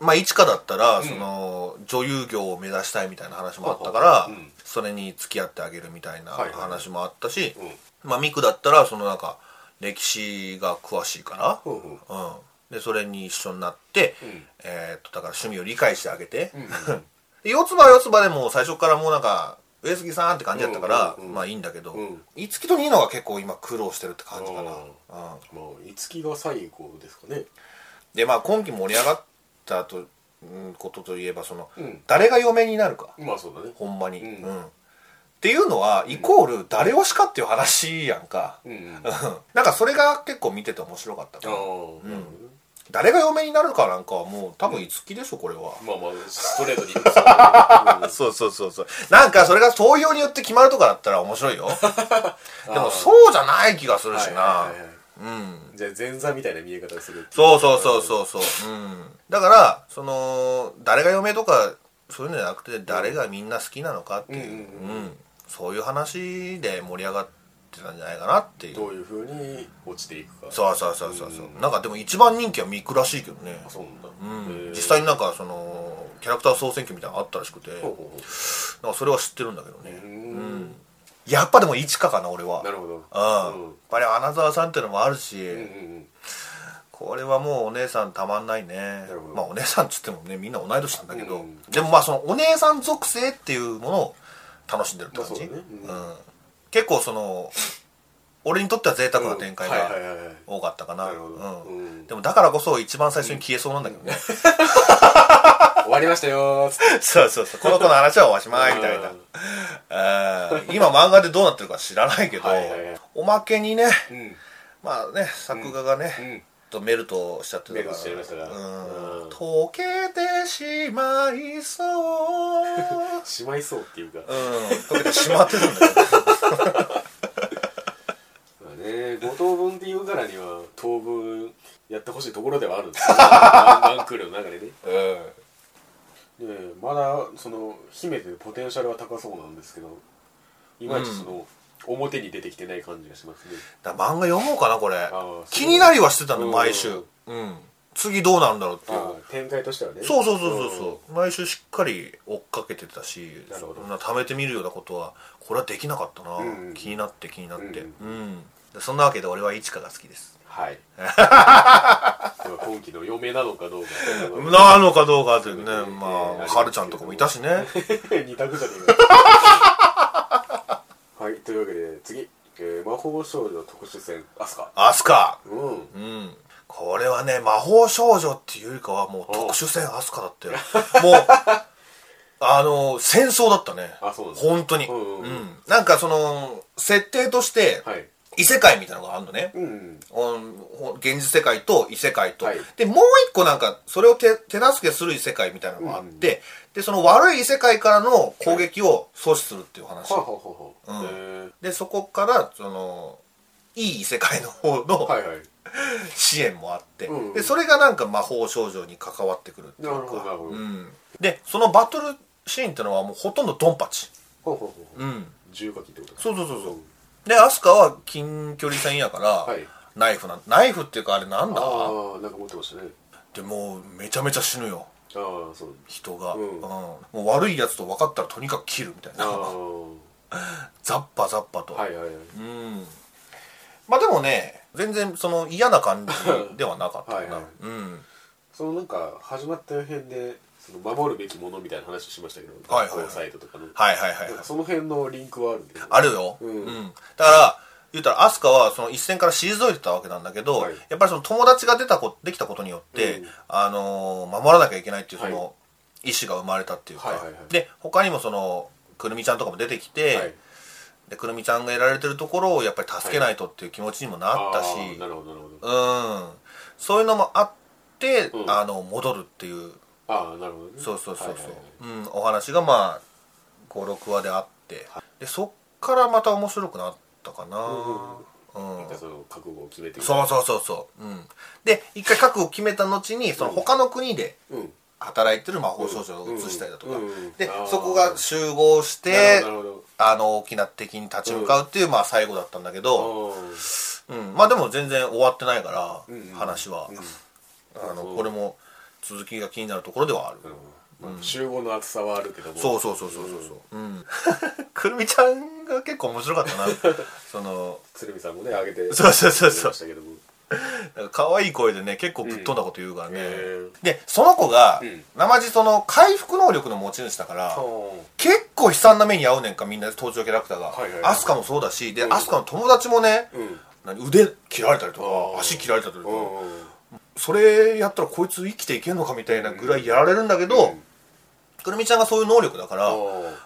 まあ一花だったら、んその女優業を目指したいみたいな話もあったから、うんうんそれに付き合ってあげるみたいなはいはい話もあったし、うんまあミクだったらそのなんか歴史が詳しいかうんうんら、うんでそれに一緒になって、んえーっとだから趣味を理解してあげて、うん で四つ葉は四つ葉でもう最初からもうなんか上杉さんって感じだったから、うんうんうんまあいいんだけど、うん五木とニノが結構今苦労してるって感じかな、あまうんあ五木が最後ですかねでまあ今期盛り上がったと、うんことといえばその、うん誰が嫁になるかまあそうだねほんまに、うんうんっていうのはイコール誰推しかっていう話やんか、うんうんうんなんかそれが結構見てて面白かったかああらなるほどね誰が嫁になるかなんかはもう多分五木でしょこれは、まあまあストレートに言いますからねうんそうそうそうそうなんかそれが投票によって決まるとかだったら面白い よでもそうじゃない気がするしな、はいはいはいはいうんじゃあ前座みたいな見え方をするっていそうそうそうそうそう、うん、だからその誰が嫁とかそういうのじゃなくて誰がみんな好きなのかっていう、うんううんそういう話で盛り上がってたんじゃないかなっていうどういうふうに落ちていくかそうそうそうそうそう、うなんかでも一番人気はミクらしいけどねあ、そうなんだ、うんへ、ー実際になんかそのキャラクター総選挙みたいなのあったらしくてほうほうほなんかそれは知ってるんだけどううね、んやっぱでも一華かな俺はなるほどうん、やっぱりアナザーさんっていうのもあるし、うんうんうんこれはもうお姉さんたまんないねるほどまあお姉さんっつってもねみんな同い年なんだけど、うんうんでもまあそのお姉さん属性っていうものを楽しんでるって感じ、まあそうだねううんん結構その俺にとっては贅沢な展開うんはいはいがはいはい多かったかな,、なうるほんどうんでもだからこそ一番最初に消えそうなんだけどね、終わりましたよーっつって そうそうそうこの子の話はおしまいみたいなうんうん今漫画でどうなってるか知らないけど、はいはいはいおまけにねうんまあね作画がね、うんとメルトしちゃってたからメルトしちゃいましたからうんうん溶けてしまいそう、うん、しまいそうっていうか溶けてしまってるん だけどまあね5等分っていうからには当分やってほしいところではあるん ですよねワンワンクールの中でねねえまだその秘めてるポテンシャルは高そうなんですけどいまいちその、表に出てきてない感じがしますねだから漫画読もうかなこれー気になりはしてたのうん毎週うん次どうなるんだろうっていうあー展開としてはねそうそうそうそうそう毎週しっかり追っかけてたしなるほどそんな貯めてみるようなことはこれはできなかったな、うんうん気になって気になってうんうんでそんなわけで俺はイチカが好きですはい では今期の嫁なのかどうかなのかどうかというね、うんまえあ、えカルちゃんとかもいたしね。 二択じゃねえかはいというわけで次、えー魔法少女特殊戦アスカアスカうんうん。これはね、魔法少女っていうよりかは、もう特殊戦アスカだったよ。もう、 あの、戦争だったね。あそうなんです本当に。うんうんううんん。なんかその、設定として、はい異世界みたいなのがあるのね。うんうん現実世界と異世界と、はいでもう一個なんかそれを手手助けする異世界みたいなのがあって、でその悪い異世界からの攻撃を阻止するっていう話、ははははうんえーでそこからそのいい異世界の方のはいはい支援もあって、うんうんでそれがなんか魔法少女に関わってくるっていうなるほどなるか、ほどうん、でそのバトルシーンってのはもうほとんどドンパチ、ほうほうほううん、重火器ってことかそうそうそうそううんでアスカは近距離戦やから、はいナイフなナイフっていうかあれなんだああなんか持ってましたねでもうめちゃめちゃ死ぬよああそう人が、うんうんもう悪いやつと分かったらとにかく切るみたいあなザッパザッパと、あはいはいはいうんまあでもね全然その嫌な感じではなかったかな はいはいうんそのなんか始まった辺でその守るべきものみたいな話をしましたけどはいはい学校サイトとかのはいはいはいなんかその辺のリンクはあるんですあるよ、うんだから言ったらアスカはその一線から退いてたわけなんだけど、はいやっぱりその友達が出たこできたことによって、うんあのー守らなきゃいけないっていうそはの意思が生まれたっていうか、はいはいはいで他にもそのくるみちゃんとかも出てきて、はいでくるみちゃんが得られてるところをやっぱり助けないとっていう気持ちにもなったし、ーなるほどなるほどうんそういうのもあって、うんあの戻るっていうああなるほどねそうそうそうそう、はいはいはいうん、お話がまあ56話であってでそっからまた面白くなったかな、うんなんかその覚悟を決めてそうそうそうそう、うん、で一回覚悟を決めた後にその他の国でう、うん、働いてる魔法少女を移したりだとか、うんうんであーそこが集合しなてるほどなるほどあの大きな敵に立ち向かうっていう、まあ最後だったんだあけど、ーうん、まあでも全然終わってないから、うんうん話は、うんあのそうこれも続きが気になるところではある、なるほどまあ集合の厚さはあるけどもそうそうそうそうそうそう、うん、 くるみちゃんが結構面白かったな その鶴見さんもねあげてそうそうそうそくれうましたけどもなんか可愛い声でね結構ぶっ飛んだこと言うからね、うんへーでその子が、うんなまじその回復能力の持ち主だから結構悲惨な目に遭うねんかみんな登場キャラクターが、はいはいはいアスカもそうだしで、うんアスカの友達もね、うん何腕切られたりとあかー足切られたりとか、うんそれやったらこいつ生きていけんのかみたいなぐらいやられるんだけど、うんくるみちゃんがそういう能力だから、あ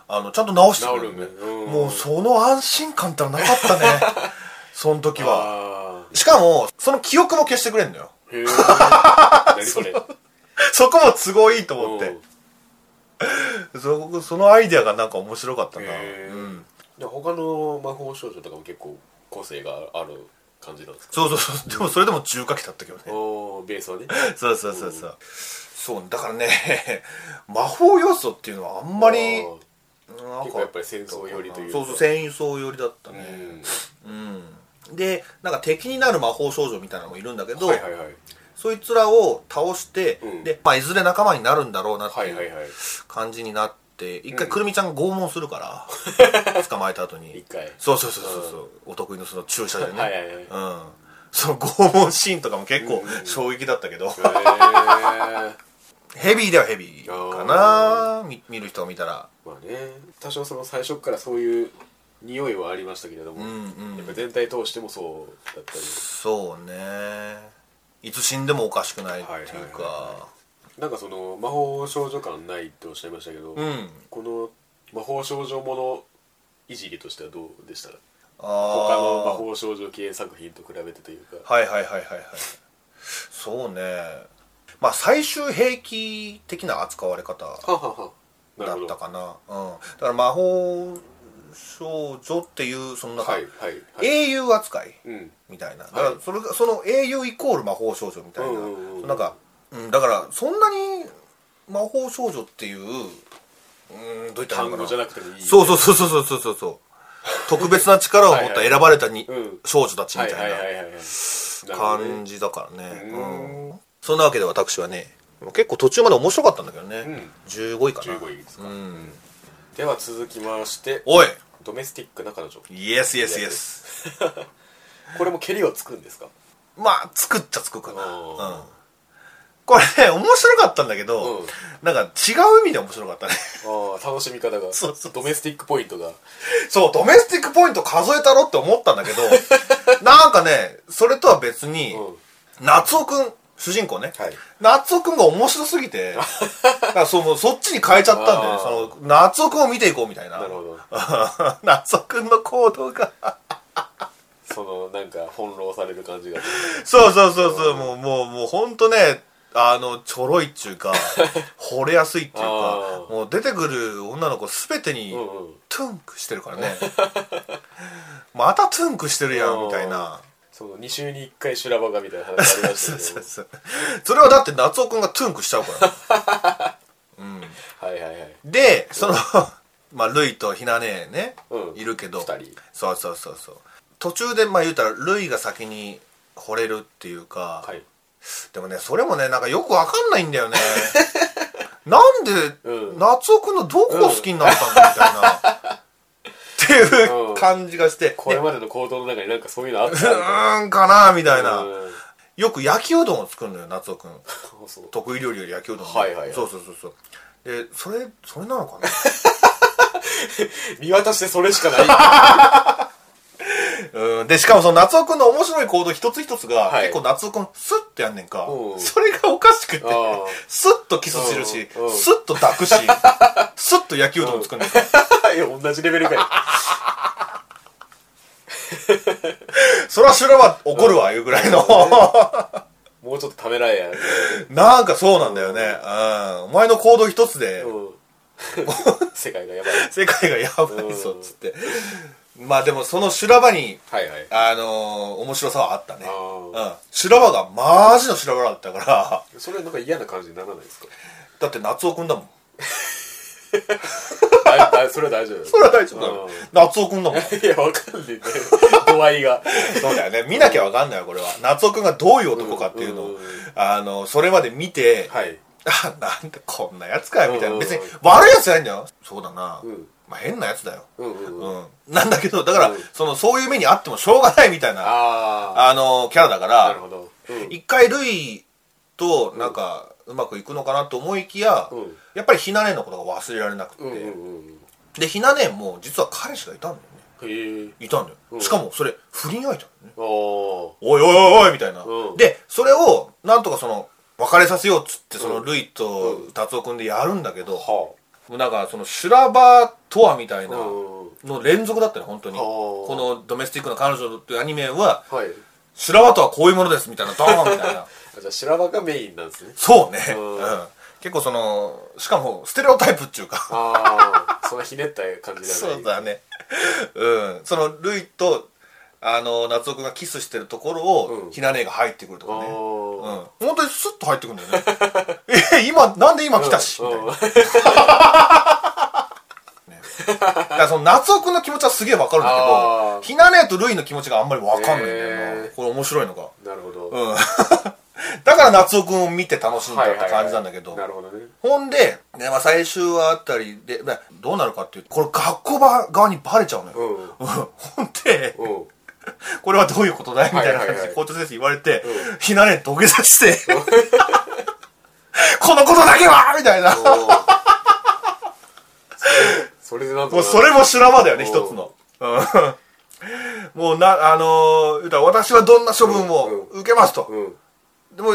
あのちゃんと直して治くれるるんねだよもうその安心 感ってのはなかったねその時はあしかもその記憶も消してくれんのよあへえ何それそこも都合いいと思っうてんそこそのアイデアがなんか面白かったな、へーうん、で他の魔法少女とかも結構個性がある感じなんですかそうそうそうでもそれでも重火器だったけどねおーベースはねそうそうそうそうそうだからね 魔法要素っていうのはあんまりあーなん結構やっぱり戦争寄りというかそうそう戦争寄りだったうねんうん、でなんか敵になる魔法少女みたいなのもいるんだけど、はいはいはいそいつらを倒して、うんで、まあ、いずれ仲間になるんだろうなってはいはいいうはい感じになって、一回くるみちゃんが拷問するから、 捕まえた後に一回そうそうそうそうそう、お得意のその注射でね、 はいはいはいうん、その拷問シーンとかも結構うんうん衝撃だったけへど、ー ヘビーではヘビーかなみ見る人が見たらまあね多少その最初からそういう匂いはありましたけれども、うんうんやっぱ全体通してもそうだったりそうねいつ死んでもおかしくないっていうか、なんかその魔法少女感ないっておっしゃいましたけど、うんこの魔法少女ものいじりとしてはどうでしたかあ他ーの魔法少女系作品と比べてというかはいはいはいはいはいそうねまあ最終兵器的な扱われ方はははなるだほっどたかなうん、だから魔法少女っていうその中、はいはいはい英雄扱いうんみたいなだからそれがその英雄イコール魔法少女みたいな、うんうんうんなんか、うん、だからそんなに魔法少女っていううんどういったらい単いのか語なじゃなくてもいいそうそうそうそうそうそうそう特別な力を持った選ばれたにはいはいうん少女たちみはたいいな、はいはいはいはい感じじだからね、うんうんそんなわけで私はね結構途中まで面白かったんだけどね、ん15位かな15位ですかうん、では続きましておいドメスティックな彼女イエスイエスイエスこれも蹴りをつくんですかまあ作っちゃ作くかな、おうーん、これね面白かったんだけど、うんなんか違う意味で面白かったね ああ楽しみ方がそうそうドメスティックポイントがそうドメスティックポイント数えたろって思ったんだけど なんかねそれとは別に、うん夏男くん主人公ね、はい夏男くんが面白す ぎてだからそうもうそっちに変えちゃったんだよあねーその夏男くんを見ていこうみたいななるほど 夏男くんの行動がそのなんか翻弄される感じがそうそうそうそうもうもうもうほんとねあのちょろいっちゅ うか惚れやすいっていうかあーもう出てくる女の子全てにうんうんトゥンクしてるからねまたトゥンクしてるやんみたいなその2週に1回修羅場がみたいな話ありましそうたそけうそうそれはだって夏男くんがトゥンクしちゃうから どはいはいはいでそのまあルイとひなねね、うんいるけど二人そうそうそうそう途中でまあ言うたらルイが先に惚れるっていうか、はいでもねそれもねなんかよくわかんないんだ よねなんで、うん夏男くんのどこを好きになったんだみたいな、っていううん感じがして、これまでの行動の中になんかそういうのあったみうたい なーんかなみたいな、うんよく焼きうどんを作るのよ夏男くんそうそう得意料理より焼きうどんはいはいはいそうそうそうそうでそれそれなの かな見渡してそれしかないはうん、で、しかもその夏尾くんの面白い行動一つ一つが、はい結構夏尾くんスッてやんねんかう。んそれがおかしくてあー、スッとキスするしうんうん、スッと抱 くし、スッと焼きうどん作るねんか。い や同じレベルかよそれは修羅は怒るわ、いうぐらいの。もうちょっとためらえやなんかそうなんだよね。うん。お前の行動一つで、うん世界がやばい世界がやばういんぞ、つって。まあでもその修羅場に、はいはいあのー面白さはあったねあ。うあん。修羅場がマジの修羅場だったから、それなんか嫌な感じにならないですかだって夏尾くんだもん。だだそれは大丈夫それは大丈夫だようん。夏尾くんだもん。いや、わかんねえんだよ。度合いが。そうだよね。見なきゃわかんないよ、これは。夏尾くんがどういう男かっていうのうんをうんうん、あの、それまで見て、はい。あ、なんだ、こんなやつかよ、みたいうんうな。ん別に、悪いやつじゃないんだよ。そうだな。うんまあ、変なやつだよ。うんうんうん。あうん。なんだけど、だからうん、その、そういう目にあってもしょうがないみたいな、ああの、キャラだかー。なるら、ほど。うん一回ルイと、なんか、うまくいくのかなと思いきやうん、やっぱりひなねのことが忘れられなくうんて。うんうん。で、ひなねも、実は彼氏がいたんだよね。へえ。いたんだうんよ。しかも、それ、不倫相手なんあだよね。あ。おいおいおいおいみたいな、うんでそれをなんとかその別れさせようっつってそのうんルイと達夫君でやるんだけど、もはうなんかその修羅場とはみたいあ。うなんうんうん。の連続だったね本当にはあこの「ドメスティックの彼女」というアニメははい。修羅場とはこういうものですみたいなドーンみた いなあじゃあ修羅場がメインなんですねそうね、うんうん、結構そのしかもステレオタイプっていうかああそんなひねった感じじゃないそうだねうんそのルイとあの夏男君がキスしてるところを、うんひな姉が入ってくるとあかねうん、ー本当にスッと入ってくるんだよね え今なんで今来たし、みたいなうんだからその夏男君の気持ちはすげえわかるんだけあーどひな姉とルイの気持ちがあんまりわかんないんだよな、へーこれ面白いのがなるほど、うん だから夏男君を見て楽しんだって感じなんだけど、なるほどねほんで、ねまあ、最終話あたりで、まあどうなるかっていうとこれ学校側にバレちゃうのうよ、んうん、 ほんでうん これはどういうことだいみたいなはいはいは感じいで校長先生言われてう、ひなね土下座して、 このことだけはみたいな。おーそれそれでなんともかうそれも修羅場だよね、うん一つの。うん もうな、あのー言うたら私はどんな処分をう受けますと。うんでも、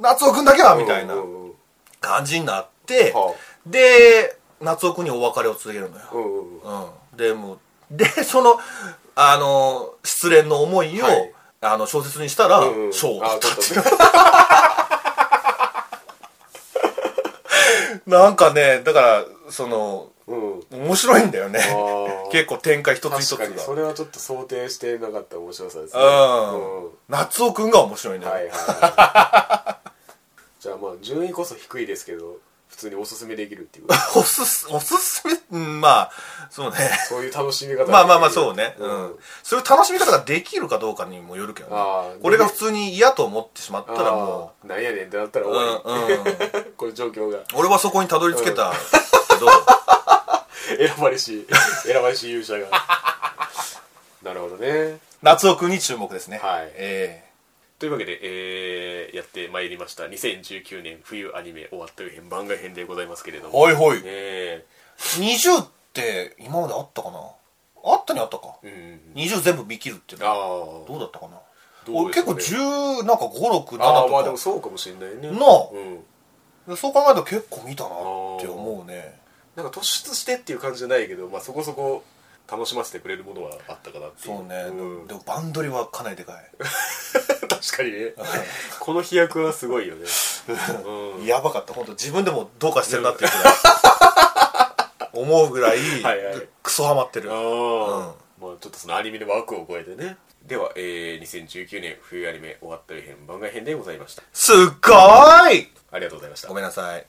夏尾くんだけはみたいなうんうん感じになっては、で、夏尾くんにお別れを告げるのよ。うんうんうん、でもうでそのあの失恋の思いを、はいあの小説にしたらうんうん賞、をあ取ーったってい取う なんかねだからそのうん面白いんだよねあー 結構展開一つ一つ確かにそがれはちょっと想定してなかった面白さですねうん、うん夏尾くんが面白いね、はいはいはい じゃあまあ順位こそ低いですけど普通におすすめできるっていうおすすおすすめうんまあ そうねそういう楽しみ方ができるまあまあまあそうね、うんうんそういう楽しみ方ができるかどうかにもよるけどねあーこれが普通に嫌と思ってしまったらもあーなんやねんってなったらう、終わり、うんうん、 これ状況が俺はそこにたどり着けたけど、選ばれし 選ばれし勇者がなるほどね夏尾くんに注目ですね。はいえというわけで、えーやってまいりました2019年冬アニメ終わった編番外編でございますけれどえも、はいはい。え20って今まであったかなあったにあったか。ーうん20全部見切るっていうのあはあどうだったかなどう俺です結か構ね10、なんか5、6、7とああまあでもか。そうかもしれないねなあうん、そう考えると結構見たなって思うね。なんか突出してっていう感じじゃないけど、まあ、そこそこ楽しませてくれるものはあったかなっていうそうね。うんでもバンドリはかなりでかい。 確かにねこの飛躍はすごい よね、うんやばかった。本当自分でもどうかしてるなっていうくらい。思うぐらいはいはいクソハマってる。あーまあちょっとそのアニメの枠を超えてねでは、えー、2019年冬アニメ終わったり編番外編でございましたすっごーいありがとうございましたごめんなさい。